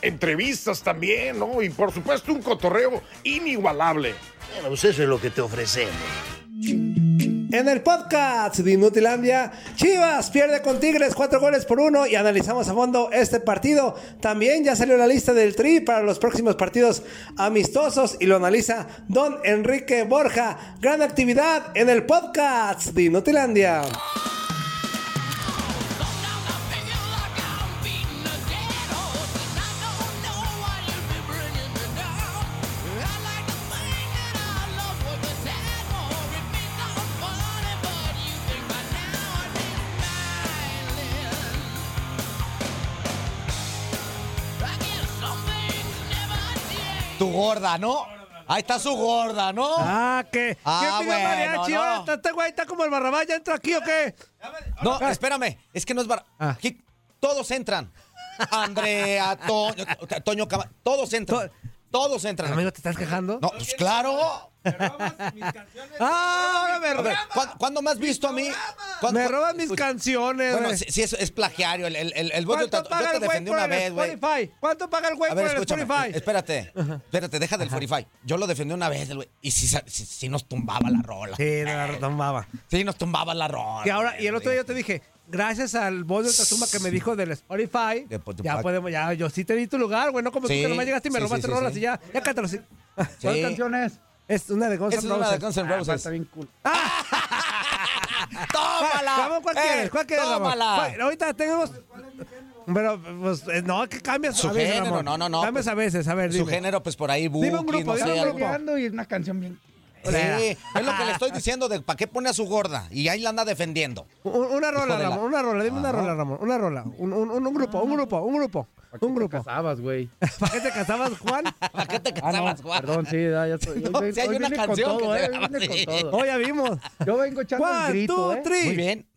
Entrevistas también, ¿no? Y por supuesto un cotorreo inigualable. Bueno, pues eso es lo que te ofrecemos. En el podcast de Inutilandia, Chivas pierde con Tigres 4 goles por 1 y analizamos a fondo este partido. También ya salió la lista del Tri para los próximos partidos amistosos y lo analiza Don Enrique Borja. Gran actividad en el podcast de Inutilandia. Tu gorda, ¿no? Ahí está su gorda, ¿no? Ah, ¿qué? Ah, ¿Quién pidió bueno, mariachi? no. Ahora está- este güey está como el barrabás, ¿ya entra aquí o qué? No, espérame, es que no es bar... Ah. aquí todos entran. Andrea, Toño, Toño Cama- todos entran. Todos entran. Amigo, ¿te estás quejando? No, pues claro. Ah, ahora me, A ver, roban- ¿cuándo, cuándo me has visto a mí? ¿Cuándo- me cu- roban mis pues, canciones. Bueno, güey. si, si eso es plagiario, el, el, el, el yo te, ¿Cuánto yo paga te el güey defendí por una el vez, güey. Spotify? ¿Cuánto paga el güey A ver, por el escúchame. Spotify? Espérate, espérate, deja del Spotify. Yo lo defendí una vez, el güey. Y si, si, nos tumbaba la rola. Sí, no, la tomaba. Sí, nos tumbaba la rola. Y ahora, y el otro día yo güey. te dije, gracias al voz de Tazuma que me dijo del Spotify, De Spotify. ya podemos, ya, yo sí te di tu lugar, güey, no como tú Sí, que nomás llegaste y me sí, robaste sí, sí, rolas sí. y ya, ya cántalo. Sí. Sí. canciones? Es una de Guns Esa N' es una de Roses. Guns N' Roses. Ah, ¡Tómala! Ramón, ¿cuál quieres? Eh, ¿Cuál quieres, Ramón? tómala. ¿Cuál- Ahorita tenemos... Pero, pues, eh, no, que cambias Su a veces, género, Ramón. no, no, no. Cambias pues, a veces, a ver, Su dime. género, pues por ahí, Buki, Dime un grupo, no sé, dime un algo. grupo. y es una canción bien. Sí, es lo que le estoy diciendo de para qué pone a su gorda y ahí la anda defendiendo. Un- Una rola, de la- Ramón, una rola, dime una Ajá. rola, Ramón, una rola, un, un- un- un grupo, un grupo, un grupo, un grupo. Sabas, güey. ¿Para qué te casabas, Juan? ¿Para qué te Ah, casabas, Juan? Perdón, sí, ya, ya estoy. No, hoy- si hay hoy una vine con canción todo, que se eh, llama vine así. con todo. Oh, ya vimos. Yo vengo echando el One, grito, two, eh. Muy three. bien.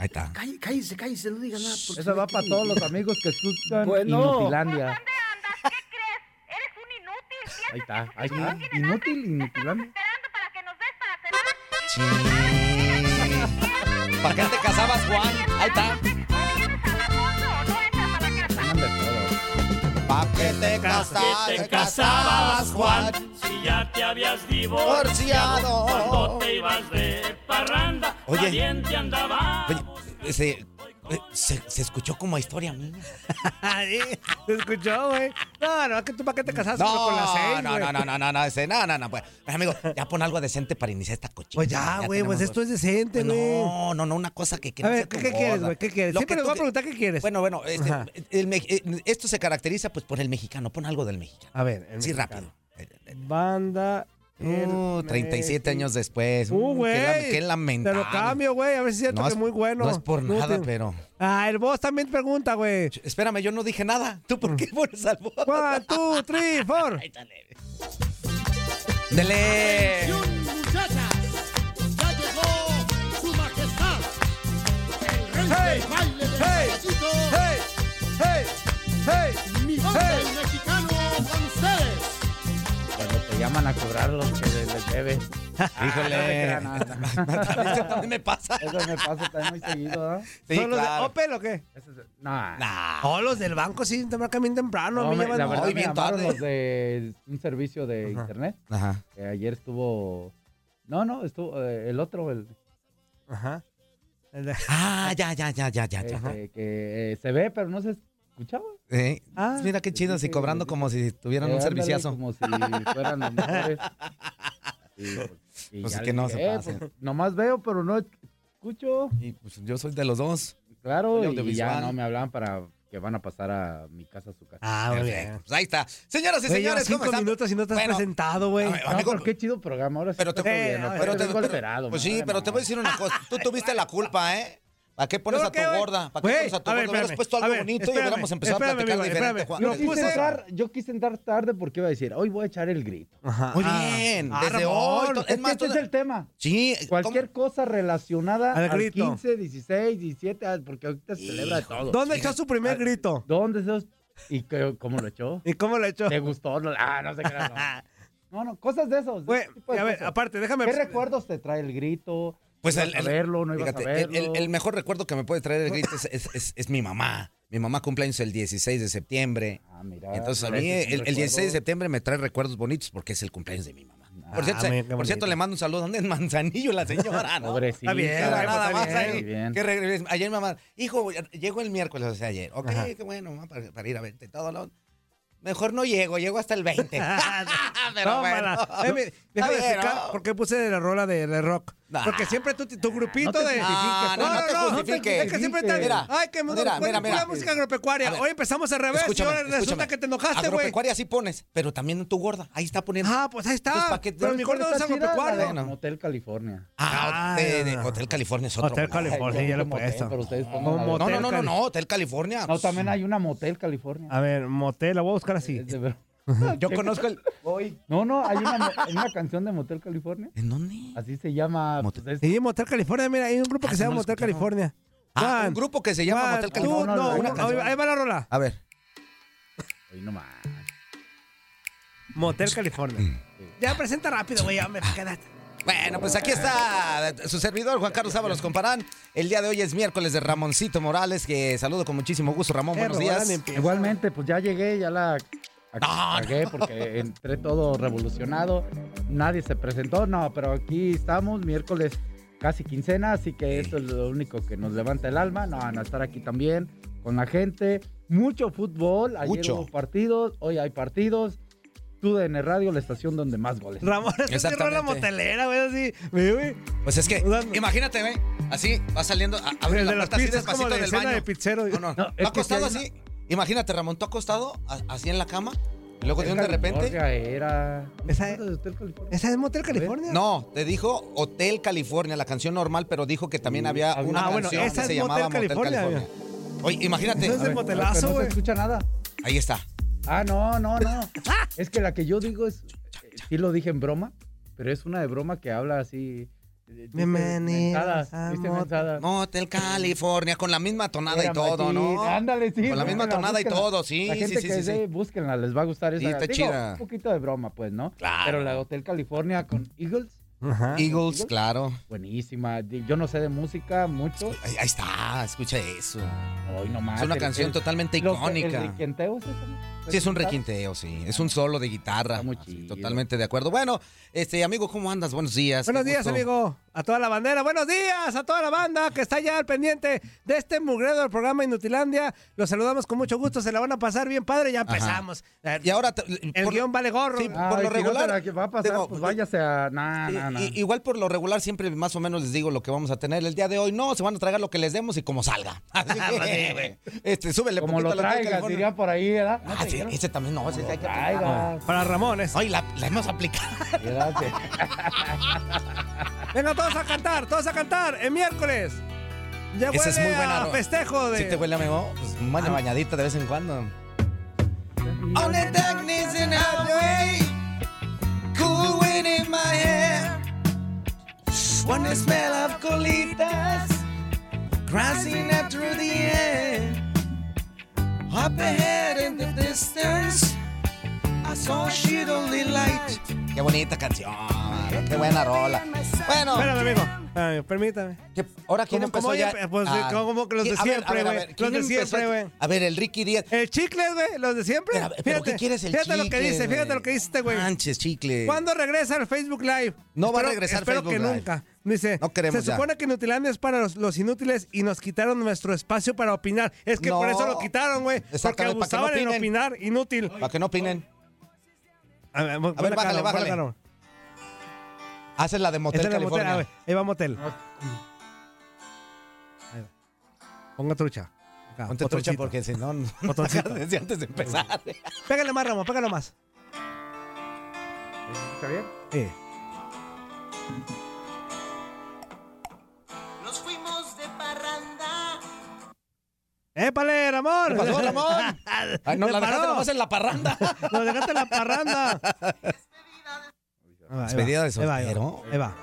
Ahí está. Cállese, cállese, no diga nada. Eso va para todos los amigos que escuchan Bueno. Inutilandia. ¿Dónde andas? ¿Qué crees? Eres un inútil. Piensas Ahí está, ahí que no tienes está. nada que Inútil, Inutilandia. estar esperando para que nos des para cenar. Y Sí. tú, ¿Para qué te casabas, Juan? Ahí está. está. ¿Para qué te casabas, te casabas Juan? Si ya te habías Divorciado. ibas de parranda, Oye. te andaba. Oye, ese, eh, se, se escuchó como a historia mía. Ay, ¿Se escuchó, güey? No, no, es que tú para qué te casaste No, con la seis, no, güey? no, no, no, no, no, ese, no, no, no, pues, amigo, ya pon algo decente para iniciar esta cochina. Pues ya, güey, pues esto es decente, güey. No, no, no, una cosa que... que A no ver, sea tu ¿qué quieres, gorda. güey? ¿Qué quieres? Lo Siempre les que tú voy a que- preguntar qué quieres. Bueno, bueno, este, Ajá. el me- eh, esto se caracteriza pues por el mexicano, pon algo del mexicano. A ver, el sí, mexicano. rápido. Banda. el Uh, 37 años Messi. después. Mm, Uh, qué la- güey. Qué lamentable. Te lo cambio, güey. A ver si es cierto que No es- es muy bueno. no es por te- nada, pero- Ah, el boss también pregunta, güey. Espérame, yo no dije nada. ¿Tú por Mm. qué pones al bote? One, two, three, four. Ay, dale. Dele. ¡Hey! ¡Hey! ¡Hey! ¡Hey! ¡Hey! ¡Hey! Cuando te llaman a cobrar los que les debes. Ah, Híjole. no me crean, no, Eso también me pasa. Eso me pasa también muy seguido, ¿no? Sí, ¿Son los de claro. Ah. Opel o qué? Eso es- no. Nah. Oh, los del banco sí te marcan bien temprano. a No, mí me- ya van- la no, verdad me y bien llamaron tarde. los de un servicio de Ajá. internet. Ajá. que ayer estuvo... No, no, estuvo eh, el otro, el, Ajá. El de- Ah, ya, ya, ya, ya, ya. ya. este, que eh, se ve, pero no se escuchaba. Eh, Ah. Mira qué chido, así cobrando como si tuvieran Eh, un ándale, serviciazo. Como si fueran los mejores. Y, pues, y Pues ya es le que no se "Eh, pasen". pues, nomás veo, pero no escucho. Y pues yo soy de los dos. Claro, Soy y, ya audiovisual. no me hablaban para que van a pasar a mi casa, a su casa. Ah, muy bien. Perfecto. Pues ahí está. Señoras y Güey, llevas señores, ¿cómo cinco están? minutos y no te has Bueno, presentado, güey. a ver, No, amigo, pero qué chido programa. Ahora sí pero te, te- eh, pero, pero te, te- vengo alterado. Pues me sí, vale pero te voy madre. a decir una cosa. Tú tuviste la culpa, ¿eh? ¿Para qué pones ¿Yo a tu qué, güey? gorda? ¿Para qué Güey, pones a tu a ver, gorda? Hubieras espérame, puesto a algo ver, bonito y hubiéramos espérame, empezado a espérame, platicar amigo, espérame. diferente, Pues Juan. Yo Yo quise, puse- entrar, yo quise entrar tarde porque iba a decir, hoy voy a echar el grito. Ajá. Muy Ah. bien, Ah, desde Ramón. hoy. to- Es, Es que más, este es toda- el tema. Sí, Cualquier cosa relacionada Al al, grito. 15, 16, 17, ah, porque ahorita se celebra de todo. Ah, ¿Dónde echó su primer grito? ¿Dónde esos? ¿Y qué- cómo lo echó? ¿Y cómo lo echó? ¿Te gustó? No, ah, no sé qué. No, no, no, cosas de esos. de Güey, ese tipo de a ver, cosas. aparte, déjame. ¿Qué recuerdos te trae el grito? Pues ¿Ibas el- a el- verlo, no ibas Fíjate, a el, verlo. el- el mejor recuerdo que me puede traer el grito es, es- es- es mi mamá. Mi mamá cumpleaños el 16 de septiembre. Ah, mira. Entonces a mí ese es un el, el 16 de recuerdo. septiembre me trae recuerdos bonitos porque es el cumpleaños de mi mamá. Ah, Por cierto, mira, qué por bonito. cierto, le mando un saludo. ¿Dónde es Manzanillo la señora? ¿no? Pobrecita. Está bien, Era güey, nada pues, más está ahí. Muy bien. Que regres- Ayer mi mamá, hijo, llego el miércoles, o sea, ayer. Ok, qué bueno, mamá, para, para ir a verte todo. lo- Mejor no llego, llego hasta el 20. Pero bueno. Tómala. Eh, mire, Está déjame bien, explicar ¿no? por qué puse la rola de, de rock. Nah. Porque siempre tu, tu grupito no te de. justifiques, no, no te justifiques. Es que siempre te. Mira, Ay, que me mira, mira, mira, mira. la música agropecuaria. A ver, Hoy empezamos al revés y ahora resulta escúchame. que te enojaste, güey. Agropecuaria sí pones, pero también en tu gorda. Ahí está poniendo. Ah, pues ahí Pues, está. ¿pa' qué- Pero mi gordo no es Está chida la agropecuario. de Motel California. Ah, Ah, de- de no. Hotel California es otro. Hotel güey. California, ya lo he Como motel, puesto. Pero ustedes pongan Como la de- No, motel. no, no, no, no, Hotel California. pues, No, también hay una Motel California. A ver, motel, la voy a buscar así. Es de ver- Ah, Yo conozco el. No, no, hay una, hay una canción de Motel California. ¿En dónde? Así se llama. Motel- pues, es- Sí, Motel California, mira, hay un grupo Ah, que ese se llama no lo Motel escuchaba. California. Ah, Juan, un grupo que se llama Juan, Motel tú, California. no, Una una- canción. ahí va la rola. A ver. Ay, no más. Motel California. Ya presenta rápido, güey, ya me quedaste. Bueno, pues aquí está su servidor, Juan Carlos Ábalos Comparán. El día de hoy es miércoles de Ramoncito Morales, que saludo con muchísimo gusto, Ramón. Buenos días. Igualmente, pues ya llegué, ya la cagué porque entré todo revolucionado. Nadie se presentó, no, pero aquí estamos, miércoles casi quincena, así que esto es lo único que nos levanta el alma. No, van a estar aquí también con la gente. Mucho fútbol, ayer Mucho. hubo partidos, hoy hay partidos. Tú en Radio, la estación donde más goles. Ramón, esa es mi rola Exactamente. motelera, güey, así. güey, güey. Pues es que, Dame. imagínate, güey. Así va saliendo, a- abre El la de las puerta así pizzas es como despacito de del escena baño. de pizzero. No, no. No, es ¿Tú que acostado sí hay así? Imagínate, Ramón, tú acostado a- así en la cama y luego de, un de Hotel repente. California Era... Esa- ¿No era de Hotel California? ¿Esa es Motel California? No, te dijo Hotel California, la canción normal, pero dijo que también había había- una Ah, bueno, canción esa que es se Motel llamaba Motel California, California. Oye, imagínate, Ese es A ver, motelazo, pero No güey. se escucha nada. ahí está. Ah, no, no, no. es que la que yo digo es. eh, Sí lo dije en broma, pero es una de broma que habla así. eh, dice Bienvenidos mensadas, a dice Mot- mensadas. Motel California, con la misma tonada Era y todo, ¿no? machín. Ándale, sí. Con la misma búsquenla, tonada y búsquenla. todo, sí, La sí, gente sí, que sí, dé, búsquenla, les va a gustar esa. Sí, está Digo, chida. Un poquito de broma, pues, ¿no? Claro. Pero la de Hotel California con Eagles, Ajá. Eagles, claro. buenísima. Di- Yo no sé de música mucho. Ahí, ahí está, escucha eso. Hoy nomás. Es una el- canción el- totalmente los- icónica. ¿El requinteo es eso, no? Sí, es un requinteo, sí. Es un solo de guitarra. Está muy Así, chido. totalmente de acuerdo. Bueno, este amigo, ¿cómo andas? Buenos días. Buenos qué días, gusto. amigo. A toda la bandera. Buenos días a toda la banda que está ya al pendiente de este mugrero del programa Inutilandia. Los saludamos con mucho gusto. Se la van a pasar bien, padre. Ya Ajá. empezamos. Eh, Y ahora, te- El por- guión vale gorro. Sí, Ah, Por lo y si no te regular, la que va a pasar, digo, pues váyase a. Nah, nah, nah. i- i- igual por lo regular siempre más o menos les digo lo que vamos a tener el día de hoy. No, se van a tragar lo que les demos y como salga. Así que, este, súbele Ah, Como poquito lo a la tele, traigas, California. diría por ahí, ¿verdad? No Ah, te sí, dijeron. ese también no, ese sí hay que aplicarlo. Traigas. Para Ramones. Ay, la, la hemos aplicado. ¿verdad? Sí. Venga, todos a cantar, todos a cantar. El miércoles. Ya Esa huele es muy buena a rola. festejo de. Si te huele a memo, pues una bañadita de vez en cuando. Only darkness in our way, cool wind in my hair. One smell of colitas, crossing up through the air. Up ahead in the distance, I saw she only light. Qué bonita canción, qué buena rola. Bueno, Espérame, amigo. Espérame, permítame. ¿Qué- ¿Ahora quién Como- empezó como ya? ya- pues, como que los de ¿quién- a ver, a siempre, ver, a güey. ver, Los ¿quién de empezó siempre, este- güey. A ver, el Ricky Díaz. El chicle, güey, los de siempre. Pero, pero ¿qué quieres el fíjate chicle? lo que dice, fíjate güey? lo que dice este güey. Manches, chicle. ¿Cuándo regresa el Facebook Live? No va a regresar espero Facebook que Live. nunca. Dice, No queremos se ya. supone que Nutilandia es para los, los inútiles y nos quitaron nuestro espacio para opinar. Es que No. por eso lo quitaron, güey. Porque Exactamente, para que no abusaban en opinen. opinar, inútil. Para que no opinen. A ver, bájale, bájale. Haces la de Motel Esa es la motel, California. ah, güey. Ahí va motel. Ahí va. Ponga trucha. Acá, Ah, Ponte trucha botoncito. porque si no, no Botoncito. desde antes de empezar. Pégale más, Ramón, pégale más. ¿Está bien? Eh. Nos fuimos de parranda. ¡Épale, Ramón! ¿Qué pasó, Ramón? Ay, no, Te la dejaste paró. nomás en la parranda. ¡Nos dejaste en la parranda! Ahí va, ahí va. Despedida de Ahí va, ahí va. soltero. Ahí va.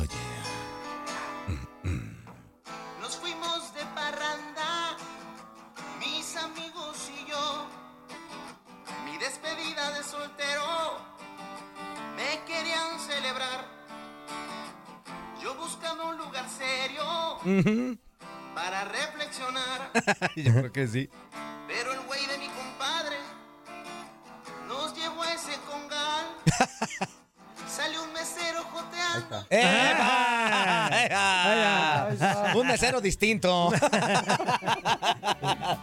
Oye. Nos fuimos de parranda. Mis amigos y yo. Mi despedida de soltero. Me querían celebrar. Yo buscando un lugar serio. Para reflexionar. Yo creo que sí. Pero el güey de mi compadre nos llevó a ese congal. Sale un mesero joteando. ¡Eva! Ay, Ah. ay, ay. Un mesero distinto.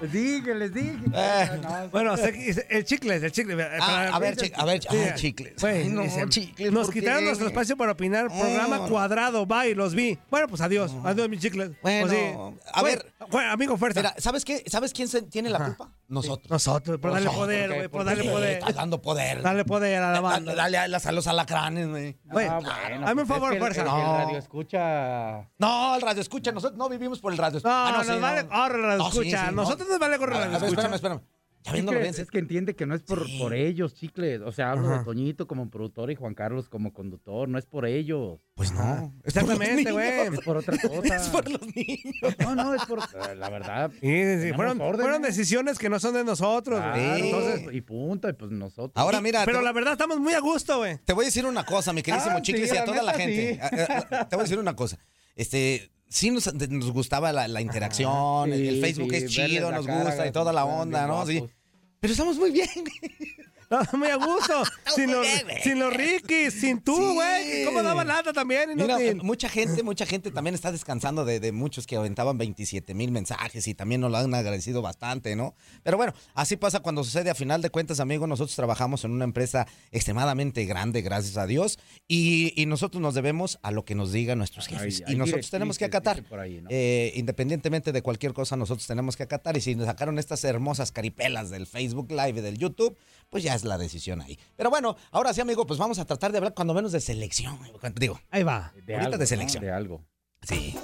Les dije, les dije. Eh, Ah, No, Bueno, se- el chicles, el chicle. Ah, Para- a ver, chi- a ver, Sí, ay, chicles. güey, Ay, no, dice, chicles, Nos ¿por qué? quitaron nuestro espacio para opinar. Programa cuadrado, bye, los vi. Bueno, pues adiós, adiós, mis chicles. Bueno, Pues sí. a Güey, ver. güey, amigo, fuerza. Mira, ¿sabes qué? ¿Sabes quién se- tiene la culpa? Nosotros. Nosotros, por darle Nosotros, poder, ok, güey, por porque- darle Sí, poder. estás dando poder. Dale poder a la banda. Dale, dale a, las- a los alacranes, güey. Güey, Ah, bueno, hazme un pues es favor, que el- fuerza. el- No, El No. radio escucha. No, el radio escucha. Nosotros no vivimos por el radio escucha. Ah, nos sí, vale gorro la No, sí, escucha. sí, no. Nosotros nos vale gorro A la ver, escucha. espérame, espérame. Ya Es viéndolo que, bien. es que entiende que no es por, Sí. por ellos, chicles. O sea, hablo Ajá. de Toñito como productor y Juan Carlos como conductor. No es por ellos. Ah, Pues no. Exactamente, güey. Es por otra cosa. Es por los niños. No, no, es por. La verdad. Sí, sí, Tenemos Fueron, órdenes. fueron decisiones que no son de nosotros, güey. Claro, Entonces, y punto. Y pues nosotros. Ahora mira, pero te, la verdad estamos muy a gusto, güey. te voy a decir una cosa, mi queridísimo Ah, Chicles sí, y a la toda la neta, gente. sí. A- a- a- te voy a decir una cosa. Este, sí nos, nos gustaba la, la interacción, el- el Ah, Sí, Facebook sí, es verles chido, la nos cara, gusta y toda la están onda, bien ¿no? Sí. guapos. Pero estamos muy bien. güey. Estamos muy a gusto. sin, muy los, bien, güey. sin los Rickies, sin Sí. tú, güey. que ¿Cómo daba lata también? Mira, eh, inútil. mucha gente, mucha gente también está descansando de, de muchos que aventaban 27 mil mensajes y también nos lo han agradecido bastante, ¿no? Pero bueno, así pasa cuando sucede. A final de cuentas, amigo, nosotros trabajamos en una empresa extremadamente grande, gracias a Dios, y, y nosotros nos debemos a lo que nos digan nuestros Ay, jefes. hay y nosotros tenemos que directrices, acatar. dicen por ahí, ¿no? Eh, independientemente de cualquier cosa, nosotros tenemos que acatar. Y si nos sacaron estas hermosas caripelas del Facebook Live y del YouTube, pues ya es la decisión ahí. Pero bueno, ahora sí, amigo, pues vamos a tratar de hablar cuando menos de selección. Digo, Ahí va. De ahorita algo, de ¿no? selección. De algo. Sí.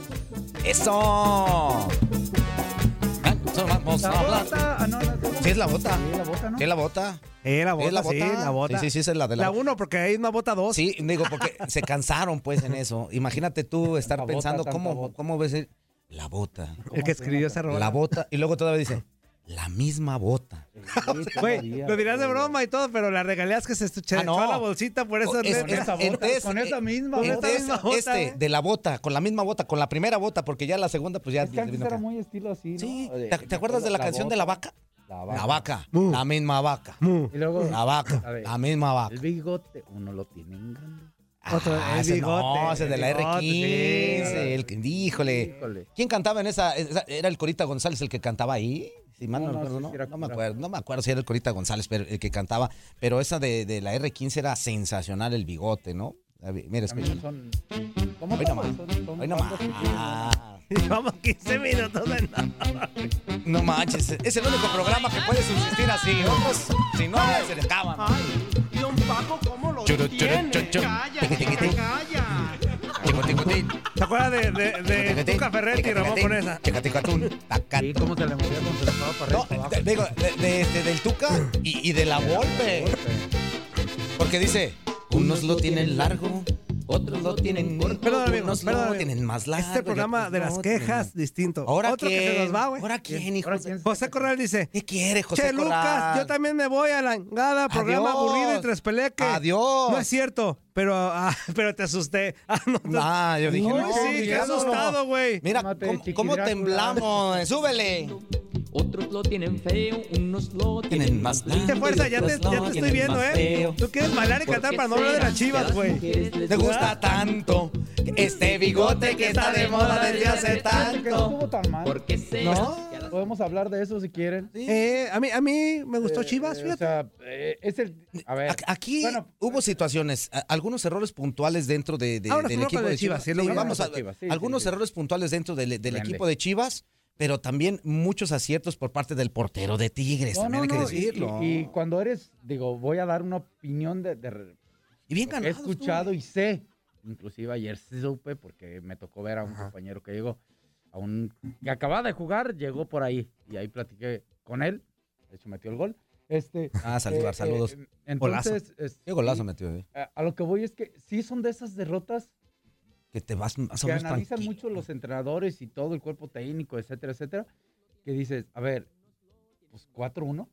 ¡Eso! Ah, Vamos La a hablar. bota. Ah, no, no, no. Sí, es la bota. Sí, la bota, ¿no? ¿Qué es la bota? Eh, la bota, ¿Es la bota? sí, la bota. Sí, sí, sí, esa es la de la, La bota. uno, porque hay una bota dos. Sí, digo, porque se cansaron pues en eso. Imagínate tú estar Tanta bota, pensando tanta cómo, bota. cómo ves el- la bota. El que escribió esa rola. La bota. Y luego todavía dice, la misma bota. Sí, Güey, todavía, lo dirás de todavía. broma y todo, pero la regalías que se estuche Ah, no. echó a la bolsita por eso. Es- Con esa en bota, tes- con esa misma en bota. tes- Esa misma bota, este, ¿eh? de la bota, con la misma bota, con la primera bota, porque ya la segunda, pues ya. Es que antes vino era acá. muy estilo así, ¿no? Sí, De- ¿te, te acuerdas de la, canción de la vaca? La La vaca. vaca, Mu. la misma vaca. Y luego La vaca, A ver. la misma vaca. el bigote, uno lo tiene en grande. Otro, Ah, el ese no, bigote, ese de el la bigote, R15. sí. el que- híjole. Híjole. ¿Quién cantaba en esa, esa- Era el Corita González el que cantaba ahí. Si mal no, No, no, recuerdo, sí, no, sí era no me Corita. acuerdo. No me acuerdo si era el Corita González pero el que cantaba. Pero esa de, de la R15 era sensacional el bigote, ¿no? A ver, Mira, También escucha. son. ¿Cómo Hoy todos nomás. son- son Hoy nomás. bandas que tienen, ¿no? Vamos 15 minutos de nada. No manches. Es el único programa que puede subsistir así. Otros, si no, se le acaban. Don Paco, ¿cómo lo Churu, churu, tiene? chun, chun. Calla, Tiqui, tiqui, tiqui. calla. Tico, tico, tin, ¿Te acuerdas de, de, de tico, tin, Tuca Ferretti y tico, Ramón tin, con esa? tico, tico, tun, taca, Sí, cómo se le movía cuando se le estaba para No, eh, arriba y para te- abajo. digo, de, de- de- del Tuca y, y de la Volpe. Porque dice, unos lo tienen largo, otros lo tienen corto, Perdóname, amigo, unos lo perdóname. tienen más largo. Este programa de las quejas, distinto. Ahora Otro quién, que se nos va, güey. Ahora quién, hijo. Ahora de- quién. José Corral dice, ¿Qué quiere, José che, Lucas, Corral? yo también me voy a la engada, programa Adiós. aburrido y trespeleque. Adiós. No es cierto, pero, ah, pero te asusté. Ah, no, te- Ah, yo dije, no, Uy, sí, qué diablo. asustado, güey. Mira, Mate, cómo, chiqui cómo Drácula. temblamos. Súbele. Otros lo tienen feo, unos lo Tienen más Te fuerza, ya te, pues, ya te Tienen estoy viendo, ¿eh? paseo. Tú quieres bailar y cantar para no hablar de las chivas, güey. Te gusta tanto este bigote que está de moda desde hace Que no tanto. estuvo tan mal. Porque se ¿No? Podemos hablar de eso si quieren. Eh, a, mí, a mí me gustó Eh, Chivas, eh, o fíjate. sea, eh, es el. A ver. Ac- Aquí hubo situaciones, a- algunos errores puntuales dentro de, de- Ahora del tú no equipo hablas de de Chivas, Chivas. sí, es lo Sí, mismo. vamos a- Hablas de Chivas, sí, algunos sí, sí. errores puntuales dentro del, del Grande. equipo de Chivas, pero también muchos aciertos por parte del portero de Tigres, No, también no, hay que no, y- decirlo. Y, y cuando eres, digo, voy a dar una opinión de, de- Y bien lo que ganado. he escuchado y sé. Inclusive ayer sí supe porque me tocó ver a un Ajá. compañero que llegó, a un que acababa de jugar, llegó por ahí y ahí platiqué con él. De hecho metió el gol. Este, Ah, saludar, eh, saludos. eh, Golazo. entonces, es- Qué golazo sí, metió, eh. a, a lo que voy es que sí son de esas derrotas Que te vas más o que menos analizan tranquilo. mucho los entrenadores y todo el cuerpo técnico, etcétera, etcétera, que dices, a ver, pues 4-1.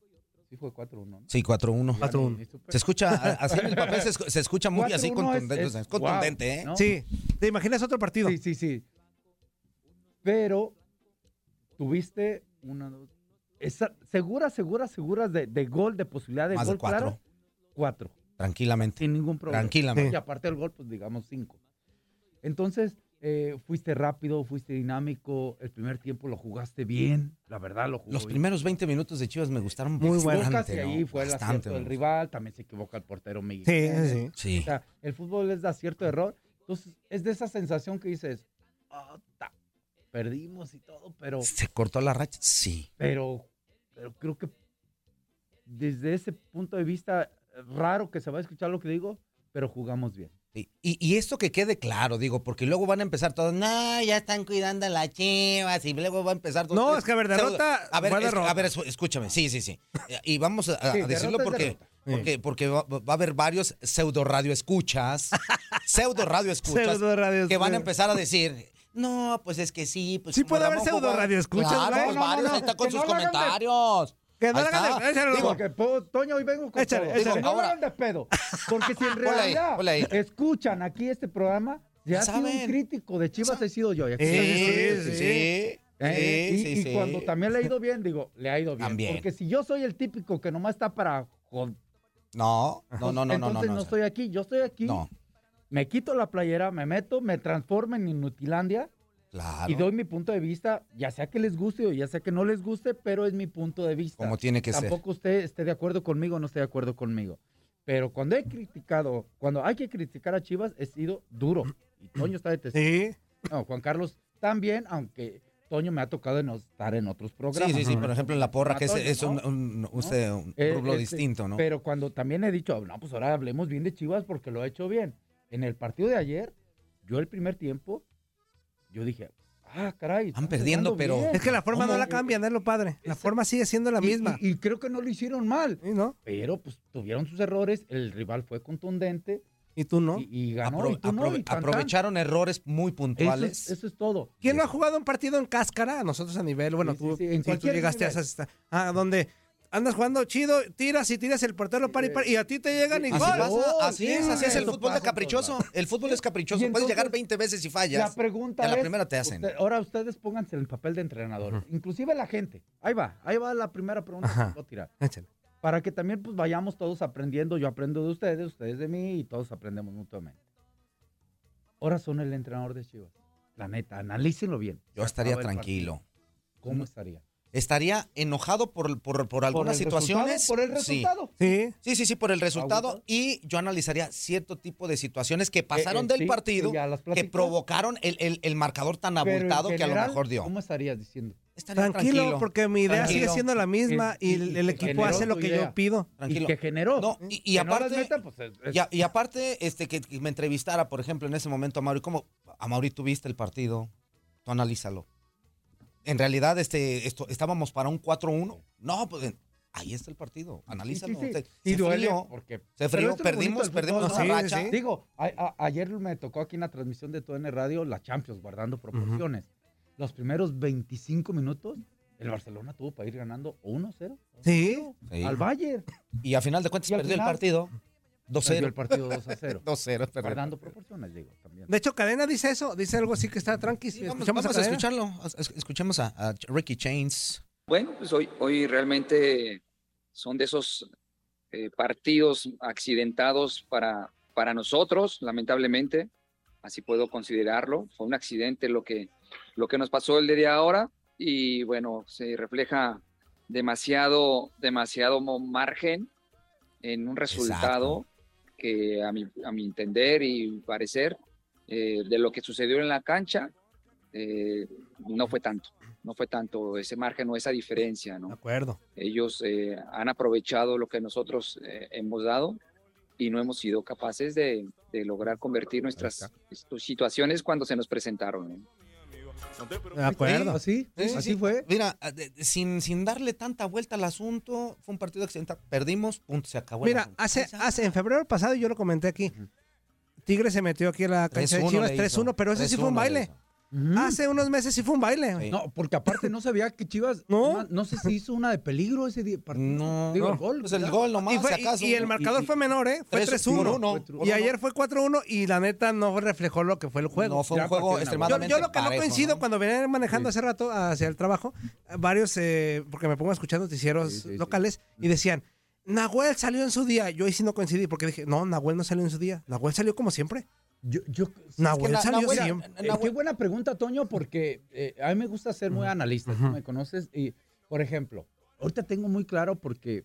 Sí fue 4-1, ¿no? Sí, 4-1. Ya ni- ni supe. Se escucha, a- así en el papel se, escu- se escucha muy así 4-1 es- contundente, es- es contundente, wow, ¿eh? ¿no? Sí. ¿Te imaginas otro partido? Sí, sí, sí. Pero tuviste una, dos, esa- seguras, seguras, seguras de, de gol, de posibilidad de Más de gol, cuatro. claro. Cuatro, Tranquilamente. sin ningún problema. Tranquilamente. Y aparte del gol, pues digamos cinco. Entonces, eh, fuiste rápido, fuiste dinámico, el primer tiempo lo jugaste bien, la verdad lo jugaste Los primeros 20 minutos de Chivas me gustaron Muy buenos. bastante, y ¿no? ahí fue el Bastante, acierto del ¿no? rival, también se equivoca el portero Miguel. Sí, Jiménez. sí. Sí. O sea, el fútbol es de acierto error. Entonces, es de esa sensación que dices, "Ah, ta, perdimos y todo, pero, ¿Se cortó la racha? Sí. pero, pero creo que desde ese punto de vista, raro que se va a escuchar lo que digo, pero jugamos bien. Sí. Y, y esto que quede claro, digo, porque luego van a empezar todos, no, ya están cuidando a las chivas, y luego va a empezar dos, No, tres". es que a ver, derrota A ver, fue es que- derrota. a ver, escu- escúchame, sí, sí, sí. Eh, Y vamos a, a Sí, decirlo derrota es porque, derrota. porque, porque va, va a haber varios pseudo radio escuchas, pseudo radio escuchas, Pseudo radio que van a escuchas. empezar a decir. No, pues es que sí. Pues Sí como puede la haber vamos a pseudo jugar". radioescuchas, Claro, ¿verdad? No, no, varios no, ahí está con que sus no lo hagan de- comentarios. Que no Ahí la hagan está. de- échalo, Digo, Lobo. Porque, po- Toño, hoy vengo con Échale, todo. échale. Digo, no Ahora- hagan de pedo. Porque si en Ponle ahí, realidad ponle ahí. escuchan aquí este programa, si Ya ha sido un saben. crítico de Chivas, he sido yo. Y aquí- Sí, sí, sí, sí. Eh, Sí, y, sí, y sí. cuando también le ha ido bien, digo, le ha ido bien. También. Porque si yo soy el típico que nomás está para joder, No, no, no, no, no, no. entonces no, no. estoy aquí, yo estoy aquí, No, me quito la playera, me meto, me transformo en Inutilandia claro. y doy mi punto de vista, ya sea que les guste o ya sea que no les guste, pero es mi punto de vista. Como tiene que ser. Tampoco usted esté de acuerdo conmigo o no esté de acuerdo conmigo. Pero cuando he criticado, cuando hay que criticar a Chivas, he sido duro. Y Toño está de testigo. Sí. No, Juan Carlos también, aunque Toño me ha tocado en- estar en otros programas. Sí, sí, sí. Ajá. Por ejemplo, en la porra, que es, Matones, es un, ¿no? un- usted, un Eh, rublo este, distinto, ¿no? Pero cuando también he dicho, no, pues ahora hablemos bien de Chivas porque lo ha hecho bien. En el partido de ayer, yo el primer tiempo, yo dije, ah, caray. Van están perdiendo, jugando pero- bien". Es que la forma ¿Cómo? no la cambian, es lo padre. La Esa- forma sigue siendo la Y- misma. Y, y creo que no lo hicieron mal, Sí, ¿no? pero pues tuvieron sus errores, el rival fue contundente Y tú no. y, y ganó. Apro- y tú no, aprove- y tan, tan. aprovecharon errores muy Eso puntuales. es, eso es todo. ¿Quién no ha jugado un partido en cáscara? Nosotros a nivel, bueno, Sí, sí, tú, sí, en sí, tú cualquier llegaste a nivel. esa... Ah, donde andas jugando chido, tiras y tiras el portero para y para, y a ti te llegan y Así gol. pasa, así Sí, es, así es el eso fútbol de pasa en caprichoso. todos El fútbol es caprichoso. Y Puedes entonces, llegar 20 veces y La fallas. pregunta en la es, primera te hacen. usted- ahora ustedes pónganse en el papel de entrenador, inclusive la gente. Ahí va, ahí va la primera pregunta Ajá. que voy a tirar. Échale. para que también pues vayamos todos aprendiendo. Yo aprendo de ustedes, ustedes de mí y todos aprendemos mutuamente. Ahora son el entrenador de Chivas. La neta, analícenlo bien. Yo estaría Acaba el tranquilo. partido. ¿Cómo estaría? Estaría enojado por, por, por algunas el situaciones. resultado? Por el Sí. resultado. Sí. Sí, sí, sí, por el resultado. ¿Agüita? Y yo analizaría cierto tipo de situaciones que pasaron Eh, eh, del sí, partido que ya las que platicamos. provocaron el, el- el marcador tan Pero en abultado que a lo general, mejor dio. ¿Cómo estarías diciendo? Estaría Tranquilo, porque mi idea sigue Tranquilo. siendo la misma y, Y- el, y el te equipo generó hace lo tu que yo idea. pido. Tranquilo. Y que generó. No, y- y Que no las aparte- metan, pues, es- es- Y, a- y aparte, este, que, que me entrevistara, por ejemplo, en ese momento a Mauri, ¿cómo? A Mauri, tú viste el partido, tú analízalo. En realidad, este, esto, estábamos para un 4-1. No, pues en- ahí está el partido, sí, sí, analízalo. sí. Se, Y se duele frió, porque- pero se frió, esto es lo bonito perdimos, del perdimos fútbol, una ¿no? racha. Digo, a- a- ayer me tocó aquí en la transmisión de TUN Radio la Champions, guardando proporciones. Los primeros 25 minutos, el Barcelona tuvo para ir ganando 1-0 Sí. Sí. al Bayern. Y a final de cuentas Y al perdió el final- partido. Perdió el 2-0. partido 2-0. 2-0, perdió. guardando proporciones, digo, también. De hecho, Cadena dice eso, dice algo así que está tranqui. Sí, vamos, Escuchamos vamos a a Cadena. escucharlo. Es- Escuchemos a, a Ricky Chains. Bueno, pues hoy, hoy realmente son de esos eh, partidos accidentados para, para nosotros, lamentablemente, así puedo considerarlo. Fue un accidente lo que, lo que nos pasó el día de ahora, y bueno, se refleja demasiado, demasiado mo- margen en un resultado que a mi, a mi entender y parecer eh, de lo que sucedió en la cancha eh, no fue tanto, no fue tanto ese margen o esa diferencia, ¿no? acuerdo. Ellos eh, han aprovechado lo que nosotros eh, hemos dado y no hemos sido capaces de, de lograr convertir nuestras situaciones cuando se nos presentaron. ¿no? De acuerdo. ¿Así? Sí, sí, ¿Así sí. fue? Mira, a- de- de- sin, sin darle tanta vuelta al asunto, fue un partido accidental. Perdimos, punto, se acabó. el Mira, asunto. hace, hace, en febrero pasado yo lo comenté aquí. Tigre se metió aquí a la cancha de 3-1 Chivas le hizo. 3-1, pero ese sí fue un 3-1 le baile. hizo. Ah, Hace unos meses sí fue un baile. güey. No, porque aparte no sabía que Chivas. No, no sé si hizo una de peligro ese día. partido. No, Digo, no. el gol. Pues el ¿verdad? gol nomás, Y, fue- si acaso. y- y el marcador y- fue menor, ¿eh? Fue tres- 3-1. uno, Y uno. ayer fue 4-1 y la neta no reflejó lo que fue el juego. No, fue Ya un juego partido Yo, extremadamente yo lo que no parejo, coincido cuando venía manejando hace rato hacia el trabajo, eh, varios, eh, porque me pongo a escuchar noticieros Sí, sí, sí. locales y decían, Nahuel salió en su día. Yo ahí sí no coincidí porque dije, no, Nahuel no salió en su día. Nahuel salió como siempre. Yo, yo, Nahuel Na- salió Nahuel- siempre. Eh, Nahuel- qué buena pregunta, Toño, porque eh, a mí me gusta ser muy analista, tú Ujú. me conoces. Y, por ejemplo, ahorita tengo muy claro porque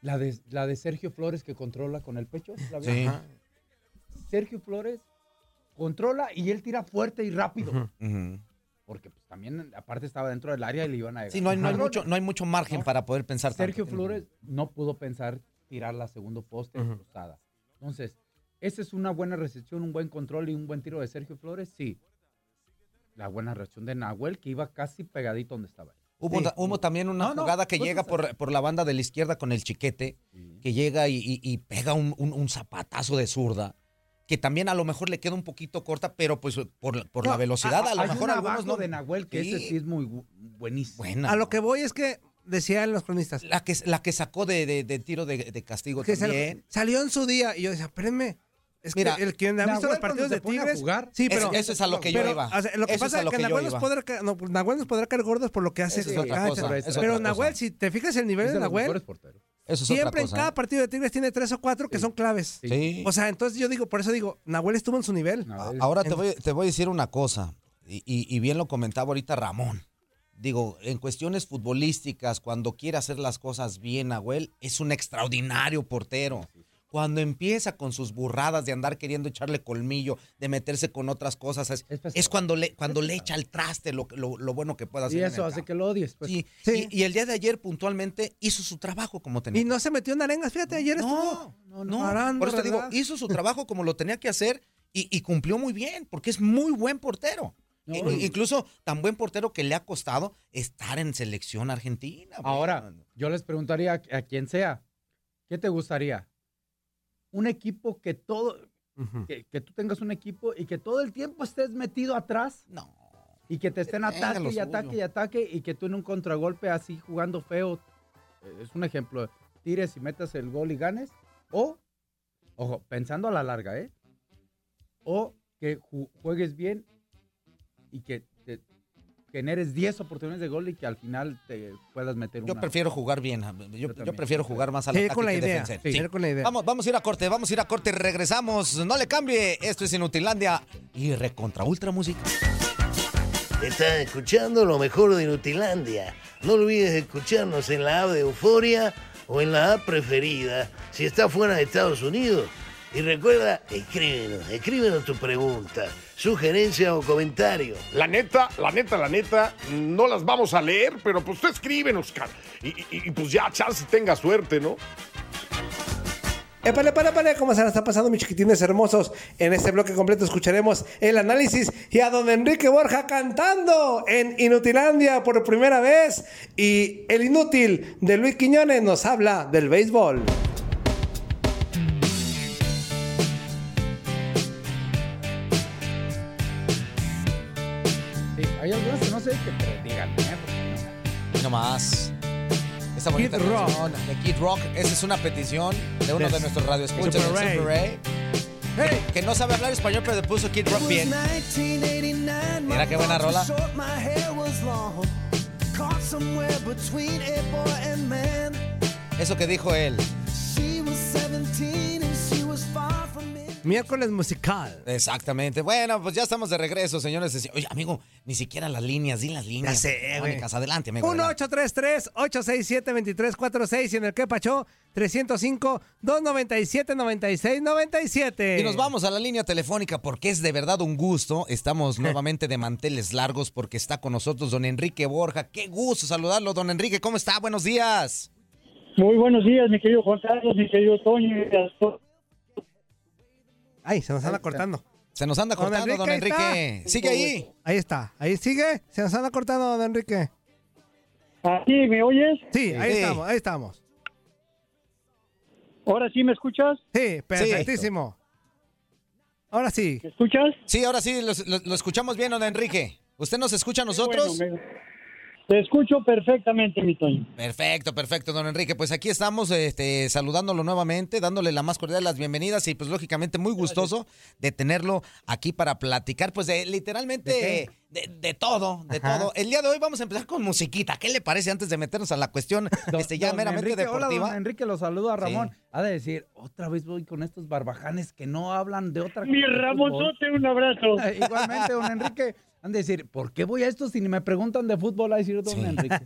la de, la de Sergio Flores que controla con el pecho. ¿la vio? Sí. Ajá. Sergio Flores controla y él tira fuerte y rápido. Ujú. Ujú. Porque pues, también, aparte, estaba dentro del área y le iban a... Sí, no hay, no hay Ladrones. mucho, no hay mucho margen No. para poder pensar tanto. Sergio Tiene- Flores no pudo pensar tirarla a segundo poste Ujú. cruzada. Entonces, ¿esa es una buena recepción, un buen control y un buen tiro de Sergio Flores? Sí. La buena reacción de Nahuel, que iba casi pegadito donde estaba él. Hubo, Sí. ta- hubo también una No, no, jugada que cosas llega por, por la banda de la izquierda con el chiquete, que llega y, y- y pega un, un- un zapatazo de zurda, que también a lo mejor le queda un poquito corta, pero pues por, por la No, velocidad a, lo Hay mejor un algunos abajo no. de Nahuel que ese Sí. sí es muy bu- buenísimo. Buena. A lo que voy es que decían los cronistas, La que, la que sacó de, de- de tiro de, de castigo que sal- también. salió en su día. Y yo decía, espérenme, es Mira, que el quien ha visto Nahuel los partidos cuando se de pone a Tigres... jugar, sí, Es- pero... eso es a lo que yo pero, iba. o sea, lo que Eso pasa a es lo que, yo Nahuel, nos iba. podrá caer, no, Nahuel nos podrá caer gordos por lo que hace. Eso es en la otra cancha. cosa, es pero otra Nahuel, cosa. si te fijas el nivel Es de de los Nahuel, mejores porteros. Eso es siempre otra en cosa. ¿eh? cada partido de Tigres tiene tres o cuatro que son claves. Sí. O sea, entonces yo digo, por eso digo, Nahuel estuvo en su nivel. A- Nahuel- Ah, Ahora te en- voy, te voy a decir una cosa, y, y- y bien lo comentaba ahorita Ramón. Digo, en cuestiones futbolísticas, cuando quiere hacer las cosas bien, Nahuel, es un extraordinario portero. Cuando empieza con sus burradas de andar queriendo echarle colmillo, de meterse con otras cosas, es, Es pesado. es cuando le, cuando le echa al traste lo, lo- lo bueno que pueda hacer. y en el eso hace campo. que lo odies. pues. Sí, Sí. Y, y el día de ayer, puntualmente, hizo su trabajo como tenía. Y no se metió en arengas, fíjate, ayer estuvo. no, No, no, parando, Por eso te digo, ¿verdad? hizo su trabajo como lo tenía que hacer y, y cumplió muy bien, porque es muy buen portero. No, E- y- Incluso tan buen portero que le ha costado estar en selección argentina. güey. Ahora, yo les preguntaría a, a quien sea, ¿qué te gustaría? Un equipo que todo, que, que tú tengas un equipo y que todo el tiempo estés metido atrás No. y que te estén Que tenga ataque Eh, lo y ataque suyo. y ataque y que tú en un contragolpe así jugando feo, eh, es un ejemplo, tires y metas el gol y ganes, o, ojo, pensando a la larga, ¿eh? O que ju- juegues bien y que te generes 10 oportunidades de gol y que al final te puedas meter Yo una. prefiero jugar bien. ah, Yo, yo también. prefiero jugar más al Sí, ataque con la que idea. defender. Sí, Sí. con la idea. Vamos, vamos a ir a corte, vamos a ir a corte, regresamos. No le cambie, esto es Inutilandia y Recontra Ultra Música. Estás escuchando lo mejor de Nutilandia. No olvides escucharnos en la app de Euforia o en la app preferida si estás fuera de Estados Unidos. Y recuerda, escríbenos, escríbenos tu pregunta, sugerencia o comentario. La neta, la neta, la neta, no las vamos a leer, pero pues tú escríbenos, Oscar. Y, y- y pues ya, chance tenga suerte, ¿no? Épale, épale, épale, ¿cómo se la está pasando, mis chiquitines hermosos? En este bloque completo escucharemos el análisis y a don Enrique Borja cantando en Inutilandia por primera vez. Y el inútil de Luis Quiñones nos habla del béisbol. Sí, hay algunas que no sé que pero díganme, ¿eh? Porque Y no más. Esa Kid bonita Rock. canción de Kid Rock. Esa es una petición de uno Del de nuestros radioescuchas, del Super Ray. Super Ray. Que no sabe hablar español, pero le puso Kid Rock bien. Mira qué buena rola. Eso que dijo él. Miércoles musical. Exactamente. Bueno, pues ya estamos de regreso, señores. y se- Oye, amigo, ni siquiera las líneas, di las líneas. sé, güey. telefónicas. Adelante, amigo. adelante. 1-833-867-2346 y en el que pachó 305-297-9697. Y nos vamos a la línea telefónica porque es de verdad un gusto. Estamos nuevamente de manteles largos porque está con nosotros don Enrique Borja. Qué gusto saludarlo, don Enrique. ¿Cómo está? Buenos días. Muy buenos días, mi querido Juan Carlos, mi querido Toño. y a to- Ay, se nos anda cortando. Se nos anda cortando, don Enrique. está. Sigue ahí. Ahí está. Ahí sigue. Se nos anda cortando, don Enrique. ¿Aquí me oyes? Sí, ahí estamos, ahí estamos. ¿Ahora sí me escuchas? Sí, perfectísimo. Ahora sí. ¿Me escuchas? Sí, ahora sí, lo, lo- lo escuchamos bien, don Enrique. ¿Usted nos escucha a nosotros? Te escucho perfectamente, mi Toño. Perfecto, perfecto, don Enrique. Pues aquí estamos este, saludándolo nuevamente, dándole la más cordial de las bienvenidas y pues lógicamente muy gustoso de tenerlo aquí para platicar, pues de literalmente de, de todo, de Ajá. todo. El día de hoy vamos a empezar con musiquita. ¿Qué le parece antes de meternos a la cuestión este, ya Don meramente Enrique, hola, deportiva? don Enrique, lo saludo a Sí. Ramón. Ha de decir, otra vez voy con estos barbajanes que no hablan de otra Mi que de Ramonzote, fútbol". un abrazo. Eh, Igualmente, don Enrique. Han de decir, ¿por qué voy a esto si ni me preguntan de fútbol? Ha de decir, don Enrique.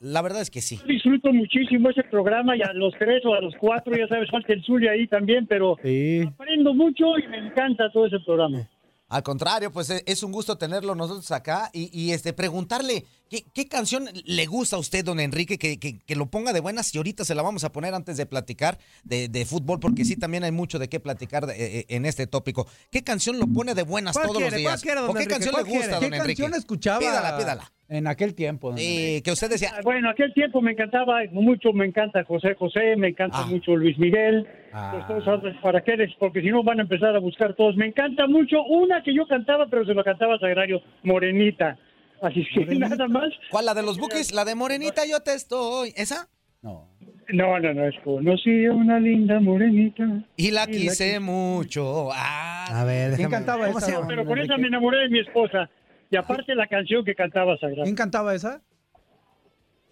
La verdad es que sí. Disfruto muchísimo ese programa y a los tres o a los cuatro, ya sabes, falta el suyo ahí también, pero aprendo mucho y me encanta todo ese programa. Al contrario, pues e- es un gusto tenerlo nosotros acá y, y, este preguntarle ¿qué, qué canción le gusta a usted, don Enrique, que, que- que lo ponga de buenas y ahorita se la vamos a poner antes de platicar de, de fútbol, porque sí también hay mucho de qué platicar de- eh, en este tópico. ¿Qué canción lo pone de buenas ¿Cuál todos quiere? los días? ¿Cuál quiere, don ¿O qué Enrique? canción ¿Cuál le gusta, quiere? don ¿Qué Enrique? canción escuchaba? Pídala, pídala. En aquel tiempo. don Eh, que usted decía, Bueno, aquel tiempo me encantaba mucho, me encanta José José, me encanta Ah. mucho Luis Miguel. Pues todos sabes para qué eres, porque si no van a empezar a buscar todos. Me encanta mucho una que yo cantaba, pero se la cantaba Sagrario, Morenita. Así es que nada más. ¿Cuál, la de los buques? ¿La de Morenita yo te estoy? ¿Esa? No, no, no, es conocí a una linda morenita. Y la quise mucho. Ah, A ver, Me déjame. encantaba ¿Cómo se llama? Pero con esa me enamoré de mi esposa. Y aparte la canción que cantaba Sagrario. ¿Quién cantaba esa?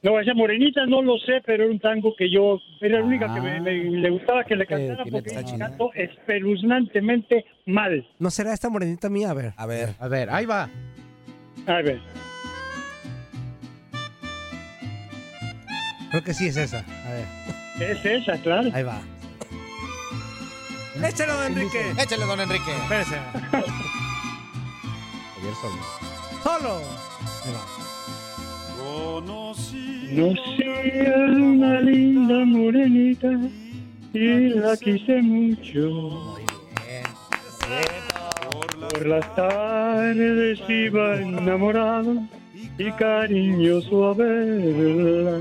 No, esa morenita no lo sé, pero era un tango que yo, era la única que me, me- le gustaba que le cantara porque yo canto espeluznantemente mal. ¿No será esta morenita mía? A ver. A ver. A ver, ahí va. A ver. Creo que sí es esa. A ver. Es esa, claro. Ahí va. Échale, don Enrique. Échale, don Enrique. Espérese. Javier Solís. Solo. No sé, una linda morenita y la quise mucho. Por las tardes iba enamorado y cariñoso a verla.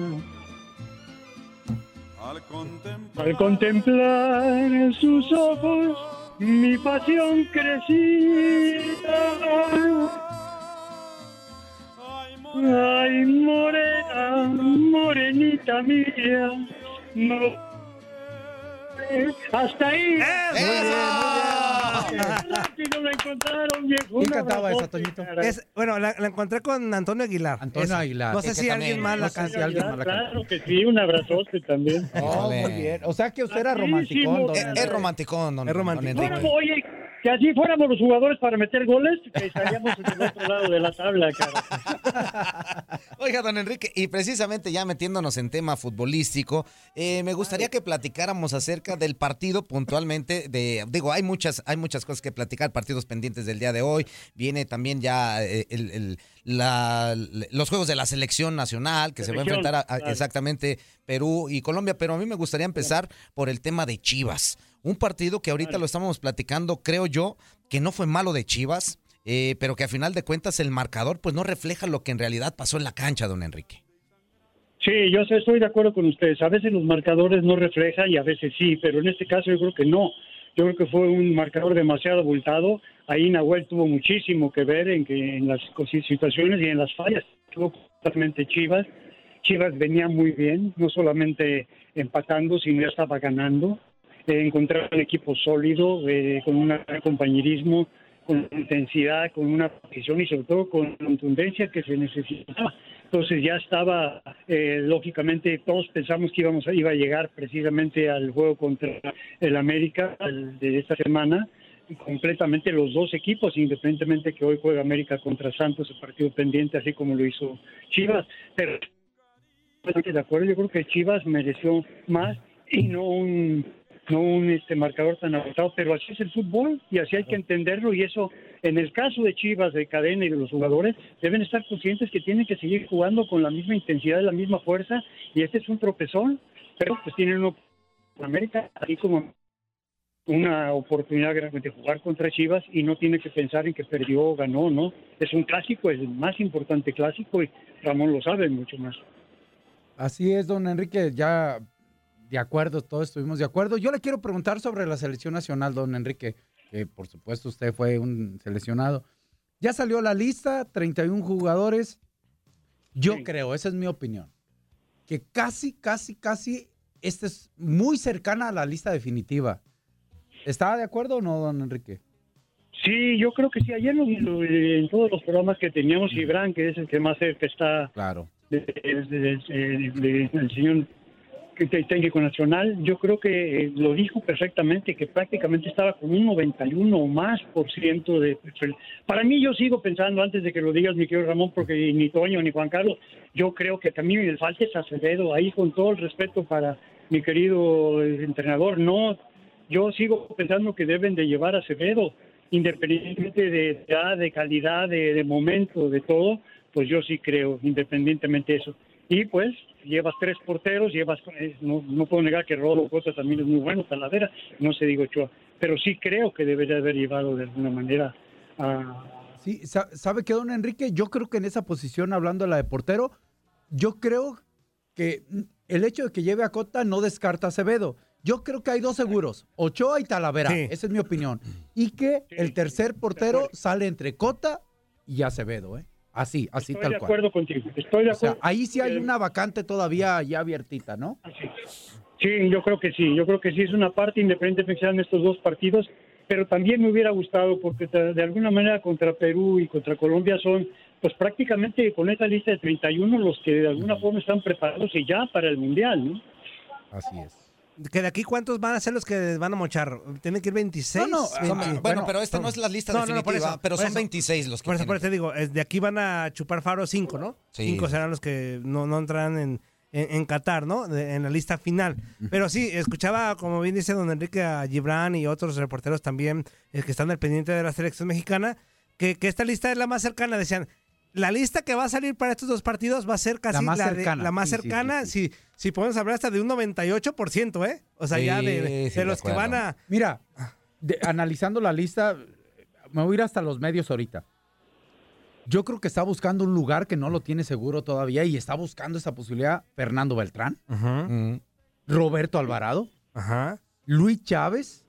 Al contemplar sus ojos, mi pasión crecía. Ay, morena, morenita mía. mo- Hasta ahí. Rápido la encontraron, viejo. ¿Quién Un cantaba abrazote, esa, Toñito? caray. Es, bueno, la, la encontré con Antonio Aguilar. Antonio Esa. Aguilar. No sé Es que si también, alguien más no Ah, la sé canta. si alguien más la canta. Claro que sí, un abrazote también. Oh, muy bien. O sea que usted era Rapidísimo, romanticón, don caray. Enrique. Es romanticón, don, Es romanticón. Fuéramos, oye, que así fuéramos los jugadores para meter goles, que estaríamos del otro lado de la tabla, cara. Oiga, don Enrique, y precisamente ya metiéndonos en tema futbolístico, eh, me gustaría que platicáramos acerca del partido puntualmente de, digo, hay muchas, hay muchas cosas que platicar, partidos pendientes del día de hoy, viene también ya eh, el- el- la- los juegos de la selección nacional que se va a Selección, enfrentar a- a- claro. exactamente Perú y Colombia, pero a mí me gustaría empezar por el tema de Chivas, un partido que ahorita lo estábamos platicando, creo yo, que no fue malo de Chivas, eh, pero que a final de cuentas el marcador pues no refleja lo que en realidad pasó en la cancha, don Enrique. Sí, yo sé, estoy de acuerdo con ustedes. A veces los marcadores no reflejan y a veces sí, pero en este caso yo creo que no. Yo creo que fue un marcador demasiado abultado. Ahí Nahuel tuvo muchísimo que ver en, que, en las cosi- situaciones y en las fallas. Tuvo totalmente Chivas. Chivas venía muy bien, no solamente empatando, sino ya estaba ganando. Eh, encontrar un equipo sólido, eh, con un gran compañerismo, con intensidad, con una posición y sobre todo con contundencia que se necesitaba Entonces ya estaba, eh, lógicamente, todos pensamos que íbamos a- iba a llegar precisamente al juego contra el América el de esta semana. y Completamente los dos equipos, independientemente que hoy juega América contra Santos, el partido pendiente, así como lo hizo Chivas. Pero completamente de acuerdo, yo creo que Chivas mereció más y no un no un este marcador tan agotado, pero así es el fútbol y así hay que entenderlo y eso en el caso de Chivas, de Cadena y de los jugadores deben estar conscientes que tienen que seguir jugando con la misma intensidad, la misma fuerza y este es un tropezón, pero pues tienen uno por América así como una oportunidad grande de jugar contra Chivas y no tiene que pensar en que perdió o ganó, ¿no? Es un clásico, es el más importante clásico y Ramón lo sabe mucho más. Así es, don Enrique, ya de acuerdo, todos estuvimos de acuerdo. Yo le quiero preguntar sobre la selección nacional, don Enrique, que por supuesto usted fue un seleccionado. Ya salió la lista, 31 jugadores. Yo creo, esa es mi opinión, que casi, casi, casi, esta es muy cercana a la lista definitiva. ¿Estaba de acuerdo o no, don Enrique? Sí, yo creo que sí. Ayer lo- lo- en todos los programas que teníamos, Ibran, que es el que más cerca está claro. del señor que- que- técnico nacional, yo creo que eh, lo dijo perfectamente, que prácticamente estaba con un 91 o más por ciento de... Para mí yo sigo pensando, antes de que lo digas, mi querido Ramón, porque ni Toño ni Juan Carlos, yo creo que también el falta es Acevedo, ahí con todo el respeto para mi querido eh, entrenador, no yo sigo pensando que deben de llevar a Acevedo, independientemente de edad, de calidad, de, de momento, de todo, pues yo sí creo, independientemente de eso. Y pues llevas tres porteros, llevas, eh, no, no puedo negar que Rodo Cota también es muy bueno, Talavera, no se digo Ochoa, pero sí creo que debería haber llevado de alguna manera a, Sí, sa- ¿sabe qué, don Enrique? Yo creo que en esa posición, hablando de la de portero, yo creo que mm, el hecho de que lleve a Cota no descarta a Acevedo. Yo creo que hay dos seguros, Ochoa y Talavera. Sí. Esa es mi opinión. Y que el tercer portero sale entre Cota y Acevedo, ¿eh? Así, así Estoy tal de cual. acuerdo contigo, estoy de O sea, acuerdo. ahí sí hay Eh, una vacante todavía ya abiertita, ¿no? Sí, yo creo que sí, yo creo que sí es una parte independiente que sean estos dos partidos, pero también me hubiera gustado porque ta- de alguna manera contra Perú y contra Colombia son, pues prácticamente con esa lista de 31 los que de alguna forma están preparándose ya para el Mundial, ¿no? Así es. ¿Que de aquí cuántos van a ser los que van a mochar? ¿Tienen que ir 26? No, no, ah, bueno, pero esta no es la lista por definitiva, pero son 26 los que Pues Por eso, tienen por eso te digo, es- de aquí van a chupar faro 5, ¿no? Sí. 5 serán los que no, no entrarán en, en, en Qatar, ¿no? De- en la lista final. Pero sí, escuchaba, como bien dice don Enrique, a Gibran y otros reporteros también eh, que están al pendiente de la selección mexicana, que, que esta lista es la más cercana. Decían, la lista que va a salir para estos dos partidos va a ser casi La más de- cercana. la más Sí, sí, sí, cercana Si, si podemos hablar hasta de un 98%, ¿eh? O sea, ya de, de los que van a... Mira, de- analizando la lista, me voy a ir hasta los medios ahorita. Yo creo que está buscando un lugar que no lo tiene seguro todavía y está buscando esa posibilidad Fernando Beltrán, Mm, Roberto Alvarado, Luis Chávez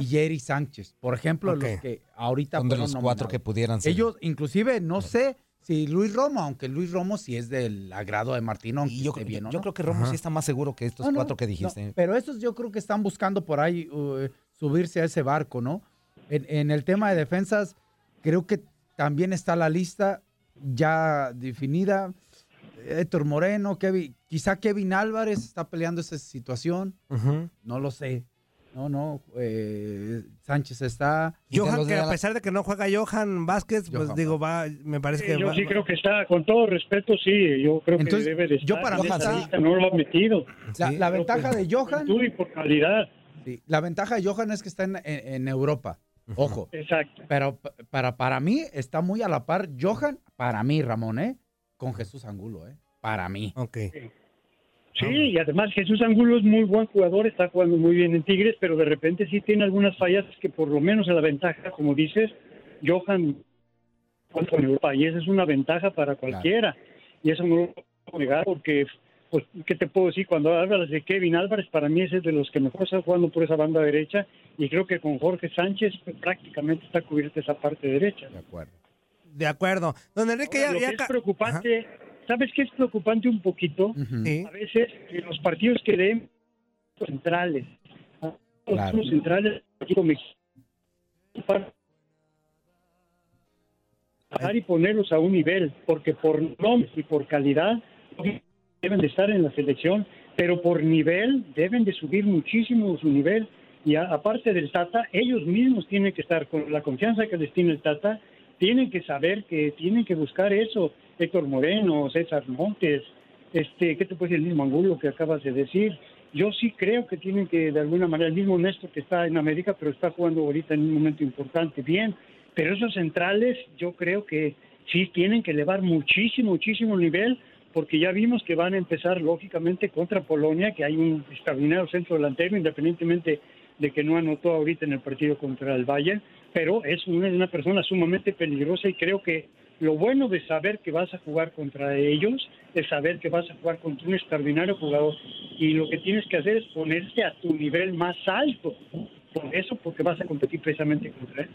y Jerry Sánchez. Por ejemplo, Ah. Ok. los que ahorita Son de fueron los cuatro nominados. que pudieran ser. Ellos, inclusive, no sé si Luis Romo, aunque Luis Romo sí es del agrado de Martín, aunque yo, yo creo que Romo sí está más seguro que estos cuatro que dijiste. pero estos yo creo que están buscando por ahí uh, subirse a ese barco, ¿no? En, en el tema de defensas, creo que también está la lista ya definida. Héctor Moreno, Kevin, quizá Kevin Álvarez está peleando esa situación. No lo sé. No, no. eh, Sánchez está. Johan, que a pesar de que no juega Johan Vázquez, pues Johan digo, va, me parece que... yo va- sí creo que está, con todo respeto, sí, yo creo Entonces, que debe de estar. yo para en mí esa está- lista, no lo ha metido. La, la ventaja de pues, Johan. Tú y por calidad. Sí, la ventaja de Johan es que está en, en- en Europa. Ojo. Exacto. Pero pa- para, para mí está muy a la par Johan, para mí, Ramón, ¿eh? Con Jesús Angulo, ¿eh? Para mí. Ok. Sí, y además Jesús Angulo es muy buen jugador, está jugando muy bien en Tigres, pero de repente sí tiene algunas fallas que por lo menos en la ventaja, como dices, Johan contra Europa, y esa es una ventaja para cualquiera, y eso no lo puedo negar porque, pues, ¿qué te puedo decir? Cuando hablas de Kevin Álvarez, para mí ese es de los que mejor está jugando por esa banda derecha, y creo que con Jorge Sánchez pues, prácticamente está cubierta esa parte derecha. De acuerdo. De acuerdo. Don Enrique, Ahora, ya... lo ya que es ca- preocupante, ¿sabes qué es preocupante un poquito? Sí. A veces que los partidos que den centrales, los Claro. centrales, partido mexicano, bajar y ponerlos a un nivel, porque por nombres y por calidad deben de estar en la selección, pero por nivel deben de subir muchísimo su nivel. Y a- aparte del Tata, ellos mismos tienen que estar con la confianza que les tiene el Tata, tienen que saber que tienen que buscar eso. Héctor Moreno, César Montes, este, ¿qué te puede decir el mismo Angulo que acabas de decir? Yo sí creo que tienen que, de alguna manera, el mismo Néstor que está en América, pero está jugando ahorita en un momento importante, bien. Pero esos centrales, yo creo que sí tienen que elevar muchísimo, muchísimo el nivel, porque ya vimos que van a empezar, lógicamente, contra Polonia, que hay un extraordinario centro delantero, independientemente de que no anotó ahorita en el partido contra el Bayern, pero es una, una persona sumamente peligrosa y creo que lo bueno de saber que vas a jugar contra ellos es saber que vas a jugar contra un extraordinario jugador y lo que tienes que hacer es ponerte a tu nivel más alto. Por eso, porque vas a competir precisamente contra él.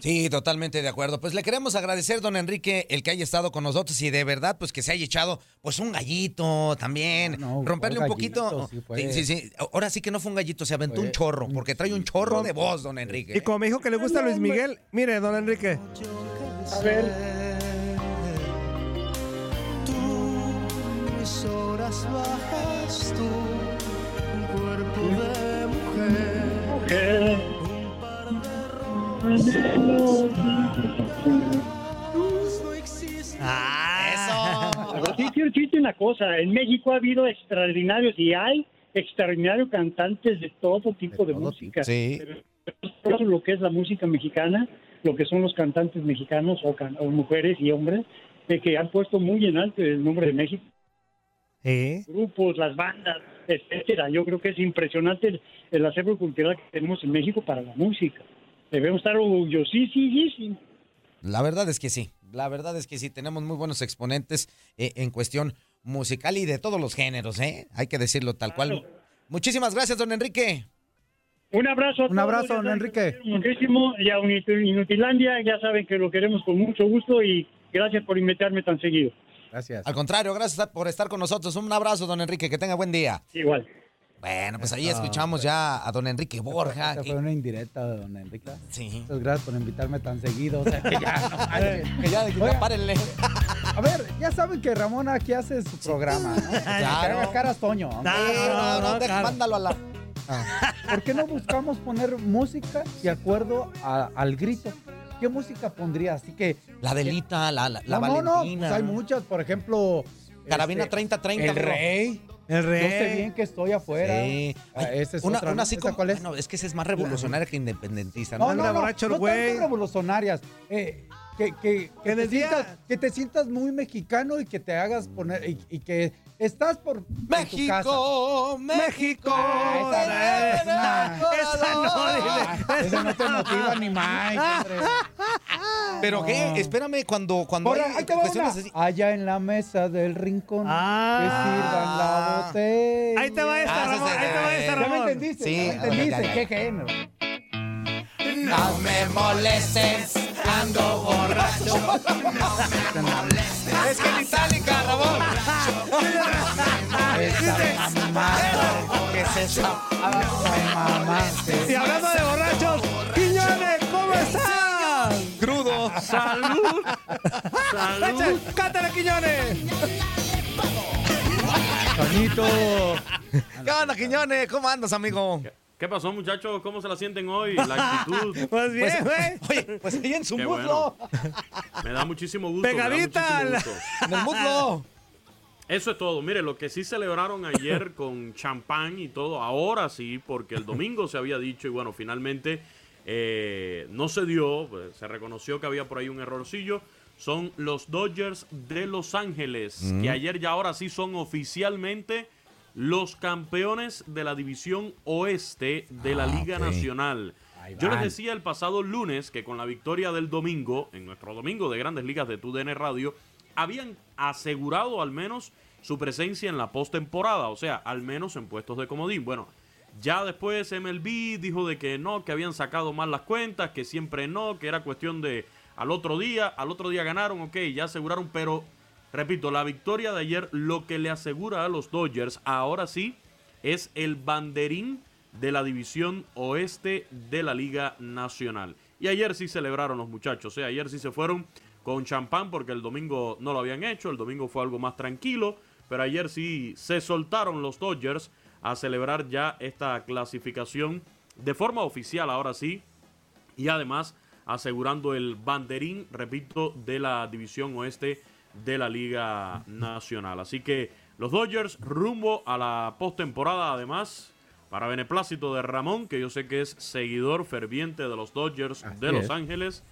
Sí, totalmente de acuerdo. Pues le queremos agradecer, don Enrique, el que haya estado con nosotros y de verdad, pues que se haya echado, pues un gallito también. Romperle un fue poquito. gallito, sí fue. Sí, sí, sí. Ahora sí que no fue un gallito, se aventó un chorro, porque trae un chorro de voz, don Enrique. Y como me dijo que le gusta Luis Miguel, mire, don Enrique. A ver. Tú, mis horas bajas, tú, un cuerpo de mujer. A ver, Sí, quiero decirte una cosa. En México ha habido extraordinarios y hay extraordinarios cantantes de todo tipo de, música. Pero todo lo que es la música mexicana, lo que son los cantantes mexicanos o, can- o mujeres y hombres, de que han puesto muy en alto el nombre de México. Sí. grupos, las bandas, etcétera. Yo creo que es impresionante el, el acervo cultural que tenemos en México para la música. Debemos estar orgullosísimos. La verdad es que sí. La verdad es que sí, tenemos muy buenos exponentes eh, en cuestión musical y de todos los géneros, ¿eh? Hay que decirlo tal cual. Muchísimas gracias, don Enrique. Un abrazo. a Un todos, abrazo, ya don saben que Enrique. los quiero Muchísimo. Y a Unit- Inutilandia ya saben que lo queremos con mucho gusto y gracias por invitarme tan seguido. Gracias. Al contrario, gracias por estar con nosotros. Un abrazo, don Enrique, que tenga buen día. Igual. Bueno, pues ahí Eso, escuchamos ya a don Enrique Borja. Esta fue una indirecta de don Enrique. Sí. Muchas gracias por invitarme tan seguido. o sea, que ya, no manches. Que ya, que ya Oiga, párenle. A ver, ya saben que Ramón aquí hace su programa, ¿no? Claro. Que haga caras Toño. No, hombre. no, no, deja- mándalo a la... ¿Por qué no buscamos poner música de acuerdo a- al grito? ¿Qué música pondría? Así que. La delita, la, la, la no, no, no, Valentina. pues hay muchas, por ejemplo. este, Carabina 30-30, El bro. rey. El Rey. Yo sé bien que estoy afuera. Sí. Ah, esa es una, otra, una ¿no? así ¿Esa como- cuál es? bueno, es que esa es más revolucionaria que independentista. No, no, no, no tanto revolucionarias. eh, que, que, que, te sientas, que te sientas muy mexicano y que te hagas poner. Y, y que estás por. México, México. Esa no, dile. Ah, Eso no te motiva ni más. hombre. Pero No. qué, espérame, cuando, cuando Ahora, hay ahí te va cuestiones una. así. Allá en la mesa del rincón. Ah. que sirvan la botella. Ahí te va esta, Ramón, ahí te va esta, Ya me Ramón. entendiste. Sí, ya me ya, ya, entendiste. ya. Qué genio. No me molestes, ando borracho. No me molestes. Es que en itálica, Ramón. Esta mamada, ¿qué es eso? Y hablando de borrachos, Quiñones, ¿cómo estás? Crudo. Salud. Salud. Cántale, Quiñones. Toñito. ¿Qué onda, Quiñones? ¿Cómo andas, amigo? ¿Qué pasó, muchachos? ¿Cómo se la sienten hoy? La actitud. Pues bien, Pues- güey. Oye, pues ahí en su Qué muslo. Me da muchísimo gusto. Pegadita Me la- da muchísimo gusto. En el muslo. Eso es todo. Mire, lo que sí celebraron ayer con champán y todo, ahora sí, porque el domingo se había dicho y bueno, finalmente eh, no se dio, pues, se reconoció que había por ahí un errorcillo. Son los Dodgers de Los Ángeles, Mm. que ayer ya ahora sí son oficialmente los campeones de la división oeste de la Ah, Liga ok. Nacional. Yo les van. decía el pasado lunes que con la victoria del domingo, en nuestro domingo de Grandes Ligas de TUDN Radio, habían asegurado al menos su presencia en la postemporada, o sea, al menos en puestos de comodín. Bueno, ya después MLB dijo de que no, que habían sacado mal las cuentas, que siempre no, que era cuestión de al otro día, al otro día ganaron, ok, ya aseguraron, pero repito, la victoria de ayer lo que le asegura a los Dodgers ahora sí es el banderín de la división oeste de la Liga Nacional. Y ayer sí celebraron los muchachos, ¿eh? ayer sí se fueron con champán porque el domingo no lo habían hecho, el domingo fue algo más tranquilo, pero ayer sí se soltaron los Dodgers a celebrar ya esta clasificación de forma oficial ahora sí y además asegurando el banderín, repito, de la división oeste de la Liga Nacional. Así que los Dodgers rumbo a la postemporada, además, para beneplácito de Ramón, que yo sé que es seguidor ferviente de los Dodgers de Así Los es. Ángeles,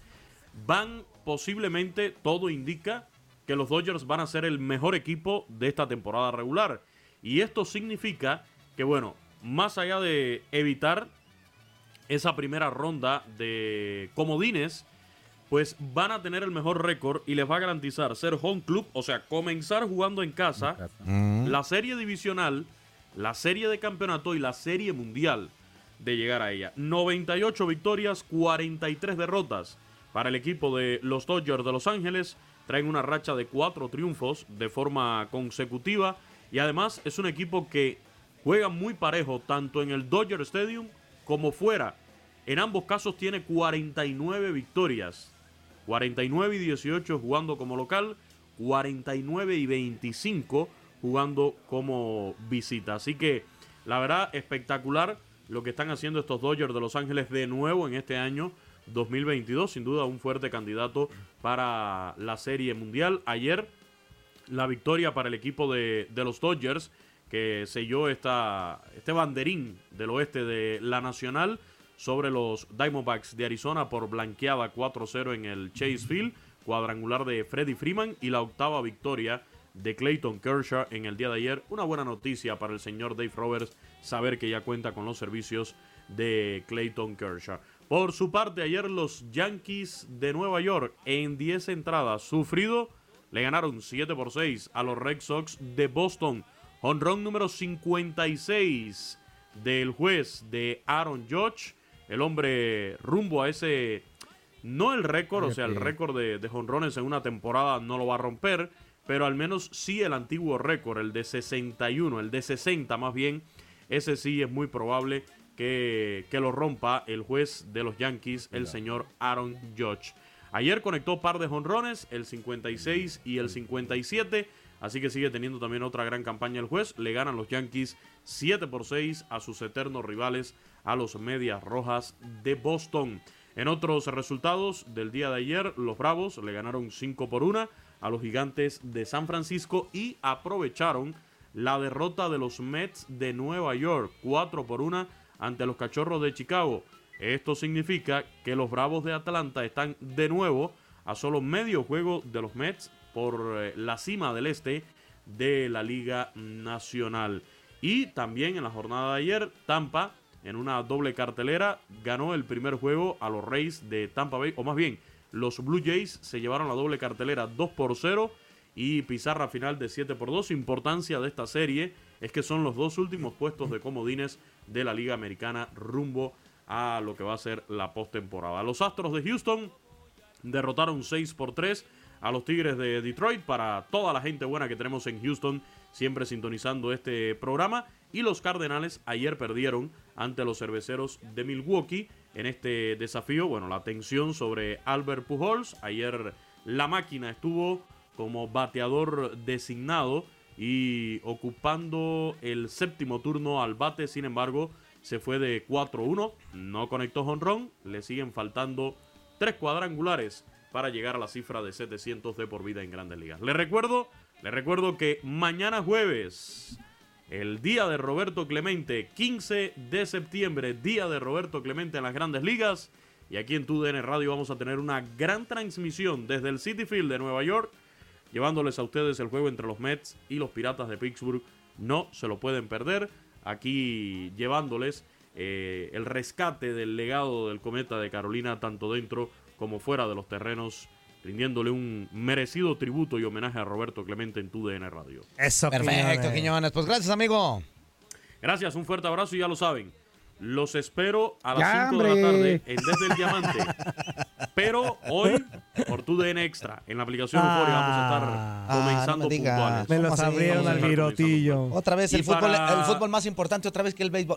van posiblemente, todo indica, que los Dodgers van a ser el mejor equipo de esta temporada regular. Y esto significa que, bueno, más allá de evitar esa primera ronda de comodines, pues van a tener el mejor récord y les va a garantizar ser home club, o sea, comenzar jugando en casa, la serie divisional, la serie de campeonato y la serie mundial de llegar a ella. 98 victorias, 43 derrotas para el equipo de los Dodgers de Los Ángeles. Traen una racha de cuatro triunfos de forma consecutiva y además es un equipo que juega muy parejo tanto en el Dodger Stadium como fuera. En ambos casos tiene 49 victorias. 49 y 18 jugando como local, 49 y 25 jugando como visita. Así que la verdad espectacular lo que están haciendo estos Dodgers de Los Ángeles de nuevo en este año 2022. Sin duda un fuerte candidato para la Serie Mundial. Ayer la victoria para el equipo de, de los Dodgers, que selló esta, este banderín del oeste de la Nacional sobre los Diamondbacks de Arizona por blanqueada 4-0 en el Chase Field, cuadrangular de Freddie Freeman y la octava victoria de Clayton Kershaw en el día de ayer. Una buena noticia para el señor Dave Roberts saber que ya cuenta con los servicios de Clayton Kershaw. Por su parte, ayer los Yankees de Nueva York en 10 entradas sufrido le ganaron 7 por 6 a los Red Sox de Boston. Honrón número 56 del juez de Aaron Judge. El hombre rumbo a ese. No el récord, o sea, el récord de, de jonrones en una temporada no lo va a romper, pero al menos sí el antiguo récord, el de 61, el de 60 más bien. Ese sí es muy probable que, que lo rompa el juez de los Yankees, el señor Aaron Judge. Ayer conectó par de jonrones, el 56 y el 57. Así que sigue teniendo también otra gran campaña el juez. Le ganan los Yankees 7 por 6 a sus eternos rivales, a los Medias Rojas de Boston. En otros resultados del día de ayer, los Bravos le ganaron 5 por 1 a los Gigantes de San Francisco y aprovecharon la derrota de los Mets de Nueva York 4 por 1 ante los Cachorros de Chicago. Esto significa que los Bravos de Atlanta están de nuevo a solo medio juego de los Mets por eh, la cima del este de la Liga Nacional. Y también en la jornada de ayer, Tampa, en una doble cartelera, ganó el primer juego a los Reyes de Tampa Bay, o más bien, los Blue Jays se llevaron la doble cartelera 2 por 0 y pizarra final de 7 por 2. Importancia de esta serie es que son los dos últimos puestos de comodines de la Liga Americana rumbo a lo que va a ser la postemporada. Los Astros de Houston derrotaron 6 por 3 a los Tigres de Detroit para toda la gente buena que tenemos en Houston, siempre sintonizando este programa. Y los Cardenales ayer perdieron ante los cerveceros de Milwaukee en este desafío. Bueno, la tensión sobre Albert Pujols. Ayer la máquina estuvo como bateador designado y ocupando el séptimo turno al bate. Sin embargo, se fue de 4-1, no conectó jonrón, le siguen faltando tres cuadrangulares para llegar a la cifra de 700 de por vida en Grandes Ligas. Les recuerdo, les recuerdo que mañana jueves, el día de Roberto Clemente, 15 de septiembre, día de Roberto Clemente en las Grandes Ligas. Y aquí en TUDN Radio vamos a tener una gran transmisión desde el City Field de Nueva York, llevándoles a ustedes el juego entre los Mets y los Piratas de Pittsburgh. No se lo pueden perder. Aquí llevándoles eh, el rescate del legado del cometa de Carolina, tanto dentro como fuera de los terrenos, rindiéndole un merecido tributo y homenaje a Roberto Clemente en TUDN Radio. Eso, Perfecto, Quiñones. Quiñones. Pues gracias, amigo. Gracias, un fuerte abrazo y ya lo saben. Los espero a Ya, las 5 de la hombre. tarde en Desde el Diamante. Pero hoy, por tu DN Extra, en la aplicación Euphoria vamos a Ah, estar no comenzando me digas. puntuales. Me los Vamos a abrieron estar al comenzando virotillo. puntuales. Otra vez Y el fútbol, para- el fútbol más importante, otra vez que el béisbol.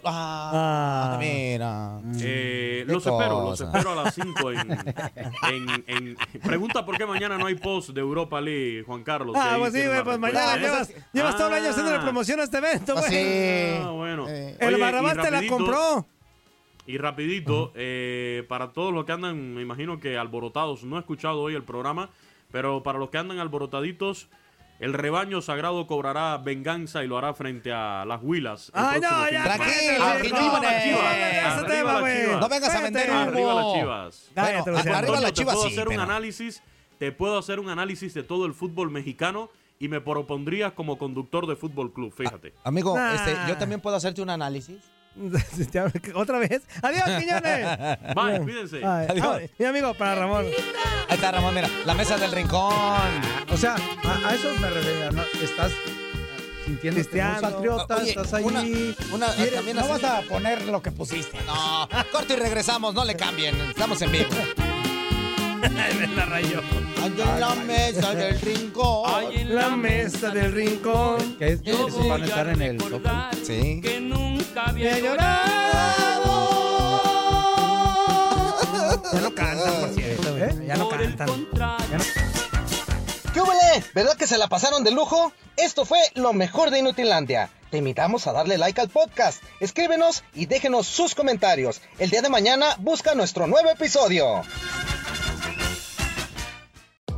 Ah. Ah, mira. Eh, Qué los espero, los cosa. espero a las 5 en, en- en- Pregunta por qué mañana no hay post de Europa League, Juan Carlos. Ah, ahí pues sí, tiene güey, la pues respuesta. mañana Esa- llevas, llevas todo el año haciendo la promoción a este evento, güey. Ah, bueno. El Eh, Oye, y Barrabás te la rapidito- compró. Y rapidito, eh, para todos los que andan, me imagino que alborotados, no he escuchado hoy el programa, pero para los que andan alborotaditos, el rebaño sagrado cobrará venganza y lo hará frente a las huilas. el Ay, próximo no, fin ya, de tranquilo, semana. Arriba las no, chivas. no, no, ese Arriba tema, las güey. chivas. No vengas a vender humo. Arriba las chivas. Cállate, Bueno, Luciano. Antonio, arriba las te chivas puedo sí, hacer un pero- análisis, te puedo hacer un análisis de todo el fútbol mexicano y me propondrías como conductor de fútbol club, fíjate. Amigo, Nah. este, yo también puedo hacerte un análisis. Otra vez. Adiós, Quiñones. Bye, cuídense. Adiós. Mi amigo para Ramón. Ahí está Ramón, mira, la mesa del rincón. O sea, a, a eso me refería, ¿no? Estás sintiendo Cristiano. patriota, Oye, estás ahí. una- una- ah, Quieres- también no hacer- vas a poner lo que pusiste. No, corto y regresamos, no le cambien. Estamos en vivo. la rayó. en la mesa del rincón. La mesa del rincón. Que es que Yo voy van a a estar en el top. Sí. Que nunca había llorado. Ya no cantan, por eh, cierto. Ya no cantan. ¿Qué hubole? ¿Verdad que se la pasaron de lujo? Esto fue lo mejor de Inutilandia. Te invitamos a darle like al podcast. Escríbenos y déjenos sus comentarios. El día de mañana busca nuestro nuevo episodio.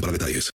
para detalles.